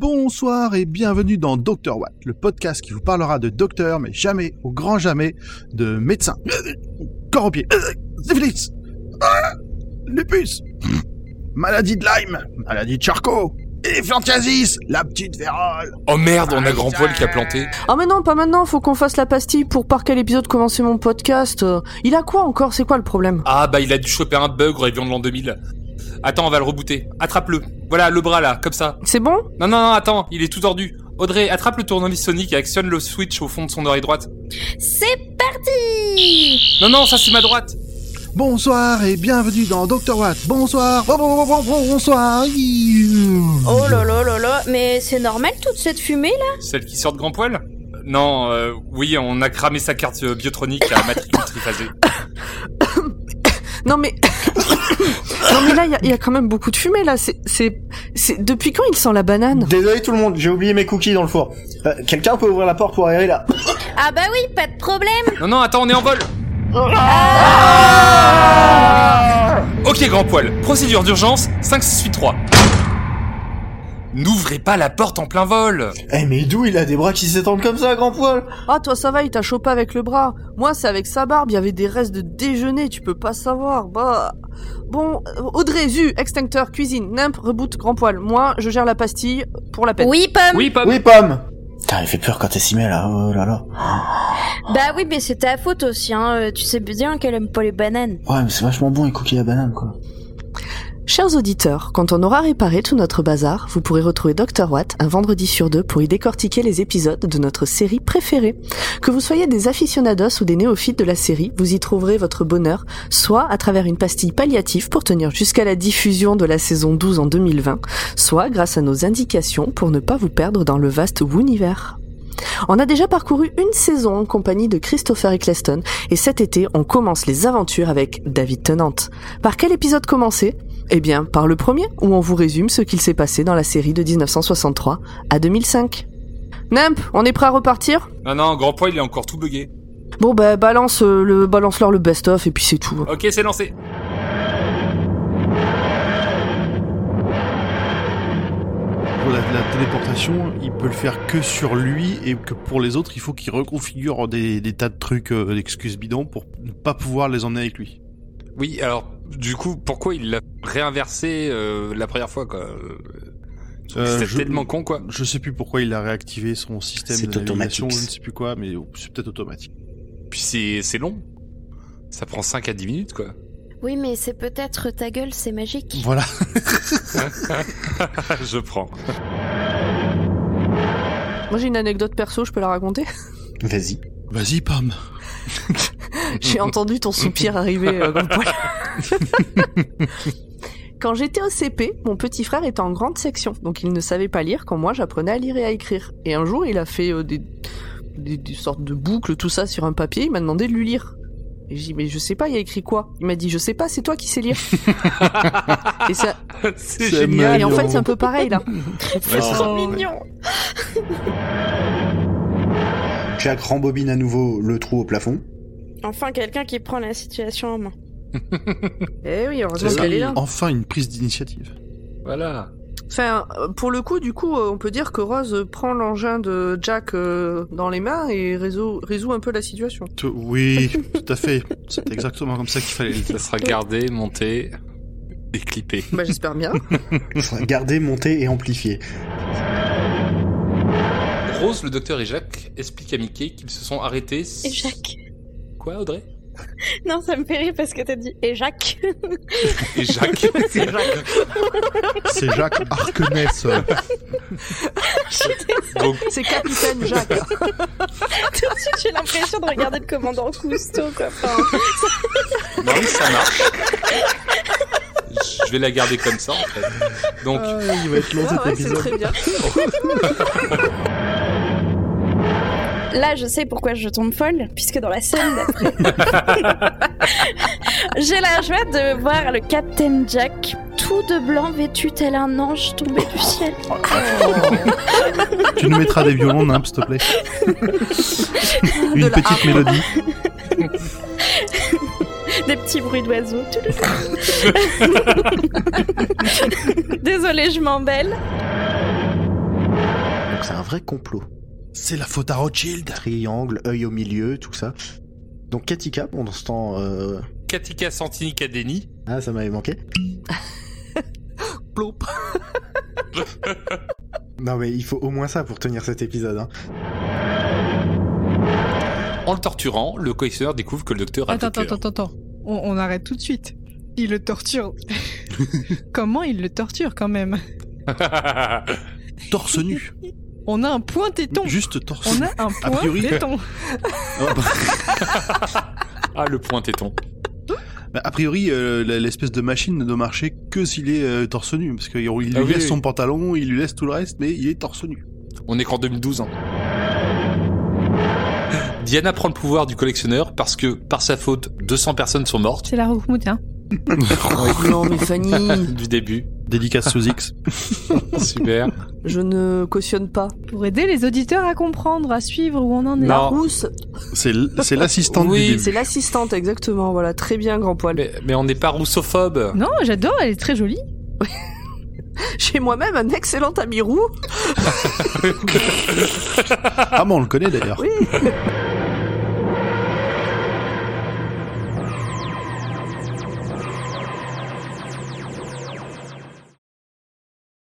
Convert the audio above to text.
Bonsoir et bienvenue dans Dr Watt, le podcast qui vous parlera de docteur, mais jamais, au grand jamais, de médecin. Corps aux pieds. Syphilis. Ah Lupus. Maladie de Lyme. Maladie de Charcot. Et Flantiasis, la petite vérole. Oh merde, on a grand poil qui a planté. Ah mais non, pas maintenant, faut qu'on fasse la pastille pour par quel épisode commencer mon podcast. Euh, Il a quoi encore C'est quoi le problème Ah bah il a dû choper un bug réveillon de l'an 2000. Attends, on va le rebooter. Attrape-le. Voilà, le bras là, comme ça. C'est bon Non, non, non, attends, il est tout tordu. Audrey, attrape le tournevis Sonic et actionne le switch au fond de son oreille droite. C'est parti Non, non, ça c'est ma droite. Bonsoir et bienvenue dans Dr Watt. Bonsoir. Bon, bon, bon, bon, bon, bonsoir. Oh là là là là, mais c'est normal toute cette fumée là Celle qui sort de grand poil Euh, Non, euh, oui, on a cramé sa carte euh, biotronique à matricule triphasée. Non mais... non mais là, il y a- il y, a quand même beaucoup de fumée là. C'est, c'est, c'est- Depuis quand il sent la banane Désolé tout le monde, j'ai oublié mes cookies dans le four. Euh, Quelqu'un peut ouvrir la porte pour aérer là Ah bah oui, pas de problème Non, non, attends, on est en vol. Ok, grand poil. Procédure d'urgence 5683. N'ouvrez pas la porte en plein vol. Eh mais d'où il a des bras qui s'étendent comme ça, grand poil Ah toi ça va, il t'a chopé avec le bras. Moi c'est avec sa barbe, il y avait des restes de déjeuner, tu peux pas savoir. Bah... Bon, euh, Audrey, ZU, extincteur, cuisine, nimp, reboot, grand poil. Moi, je gère la pastille pour la peine. Ah Oui, Pomme Ah, Oui, Pam. Oui, Pomme Putain, il fait peur quand elle s'y met là, oh là là. Bah oui, mais c'est ta faute aussi, hein. euh, Tu sais bien qu'elle aime pas les bananes. Ouais, mais c'est vachement bon les cookies à banane quoi. Chers auditeurs, quand on aura réparé tout notre bazar, vous pourrez retrouver Dr. Watt un vendredi sur deux pour y décortiquer les épisodes de notre série préférée. Que vous soyez des aficionados ou des néophytes de la série, vous y trouverez votre bonheur, soit à travers une pastille palliative pour tenir jusqu'à la diffusion de la saison 12 en 2020, soit grâce à nos indications pour ne pas vous perdre dans le vaste univers. On a déjà parcouru une saison en compagnie de Christopher Eccleston et cet été on commence les aventures avec David Tennant. Par quel épisode commencer eh bien, par le premier, où on vous résume ce qu'il s'est passé dans la série de 1963 à 2005. Nimp, on est prêt à repartir Non, non, grand poil, il est encore tout bugué. Bon bah balance euh, le balance leur le best of et puis c'est tout. Ok, c'est lancé. Pour la, la téléportation, il peut le faire que sur lui et que pour les autres, il faut qu'il reconfigure des, des tas de trucs, euh, d'excuses bidons pour ne pas pouvoir les emmener avec lui. Oui, alors, du coup, pourquoi il l'a réinversé euh, la première fois, quoi Euh, Euh, C'était je- tellement con, quoi. Je sais plus pourquoi il a réactivé son système C'est de navigation, automatique. je ne sais plus quoi, mais oh, c'est peut-être automatique. Puis c'est c'est long. Ça prend 5 à 10 minutes, quoi. Oui, mais c'est peut-être ta gueule, c'est magique. Voilà. je prends. Moi j'ai une anecdote perso, je peux la raconter Vas-y. Vas-y, Pam. Mm-hmm. J'ai entendu ton soupir arriver. euh, dans le poil. Quand j'étais au CP, mon petit frère était en grande section, donc il ne savait pas lire quand moi j'apprenais à lire et à écrire. Et un jour, il a fait euh, des, des- des sortes de boucles, tout ça, sur un papier. Il m'a demandé de lui lire. Et j'ai dit mais je sais pas, il y a écrit quoi Il m'a dit je sais pas, c'est toi qui sais lire. et, ça- c'est C'est génial. et en fait mignon. c'est un peu pareil là. Oh, Ouais, c'est ça. mignon Jack rembobine à nouveau le trou au plafond. Enfin, quelqu'un qui prend la situation en main. Eh oui, C'est heureusement ça. qu'elle est là. Enfin, une prise d'initiative. Voilà. Enfin, euh, pour le coup, du coup, euh, on peut dire que Rose euh, prend l'engin de Jack euh, dans les mains et résout, résout un peu la situation. Tout- Oui, tout à fait. C'est exactement comme ça qu'il fallait le dire. Ça sera gardé, monté et clippé. Bah, j'espère bien. Garder, monter et amplifier. Rose, le docteur et Jacques expliquent à Mickey qu'ils se sont arrêtés. s- Et Jacques Quoi, Audrey Non, ça me fait rire parce que t'as dit et Jacques Et Jacques. c'est Jacques. C'est Jacques euh, Arkeness. Donc, C'est Capitaine Jack. Tout de suite, j'ai l'impression de regarder le commandant Cousteau, quoi. Enfin, non, mais ça marche. Je vais la garder comme ça, en fait. Donc, il va être long Ah ouais, c'est très bien. Là, je sais pourquoi je tombe folle, puisque dans la scène d'après, j'ai la joie de voir le Captain Jack tout de blanc vêtu tel un ange tombé du ciel. Tu nous mettras des violons, Nimp, s'il te plaît. De Une la petite harpe. mélodie. Des petits bruits d'oiseaux. Désolée, je m'embelle. c'est un vrai complot. C'est la faute à Rothschild. Triangle, œil au milieu, tout ça. Donc Katika, pendant ce temps... euh, Katika Santini Cadeni. Ah, ça m'avait manqué. Ploup. Non mais il faut au moins ça pour tenir cet épisode. Hein. En le torturant, le collectionneur découvre que le docteur a Attends, Tucker. attends, attends, attends. On, on arrête tout de suite. Il le torture. Comment il le torture quand même Ah, Torse nu. On a un point téton. Juste torse On nu. a un point priori. téton. Ah, bah, ah, le point téton. bah, a priori, euh, la- l'espèce de machine ne doit marcher que s'il est euh, torse nu. Parce qu'il lui Ah oui, laisse oui. son pantalon, il lui laisse tout le reste, mais il est torse nu. On est qu'en 2012. hein. Diana prend le pouvoir du collectionneur parce que, par sa faute, 200 personnes sont mortes C'est la route, hein. non, mais Fanny, du début. Dédicace sous X. Super. je ne cautionne pas. Pour aider les auditeurs à comprendre, à suivre où on en Non. est. La rousse, C'est l- c'est l'assistante Oui, du début. c'est l'assistante, exactement. Voilà, très bien, grand poil. Mais, mais on n'est pas roussophobe. Non, j'adore, elle est très jolie. J'ai moi-même un excellent ami roux. Ah, moi, on le connaît d'ailleurs. Oui.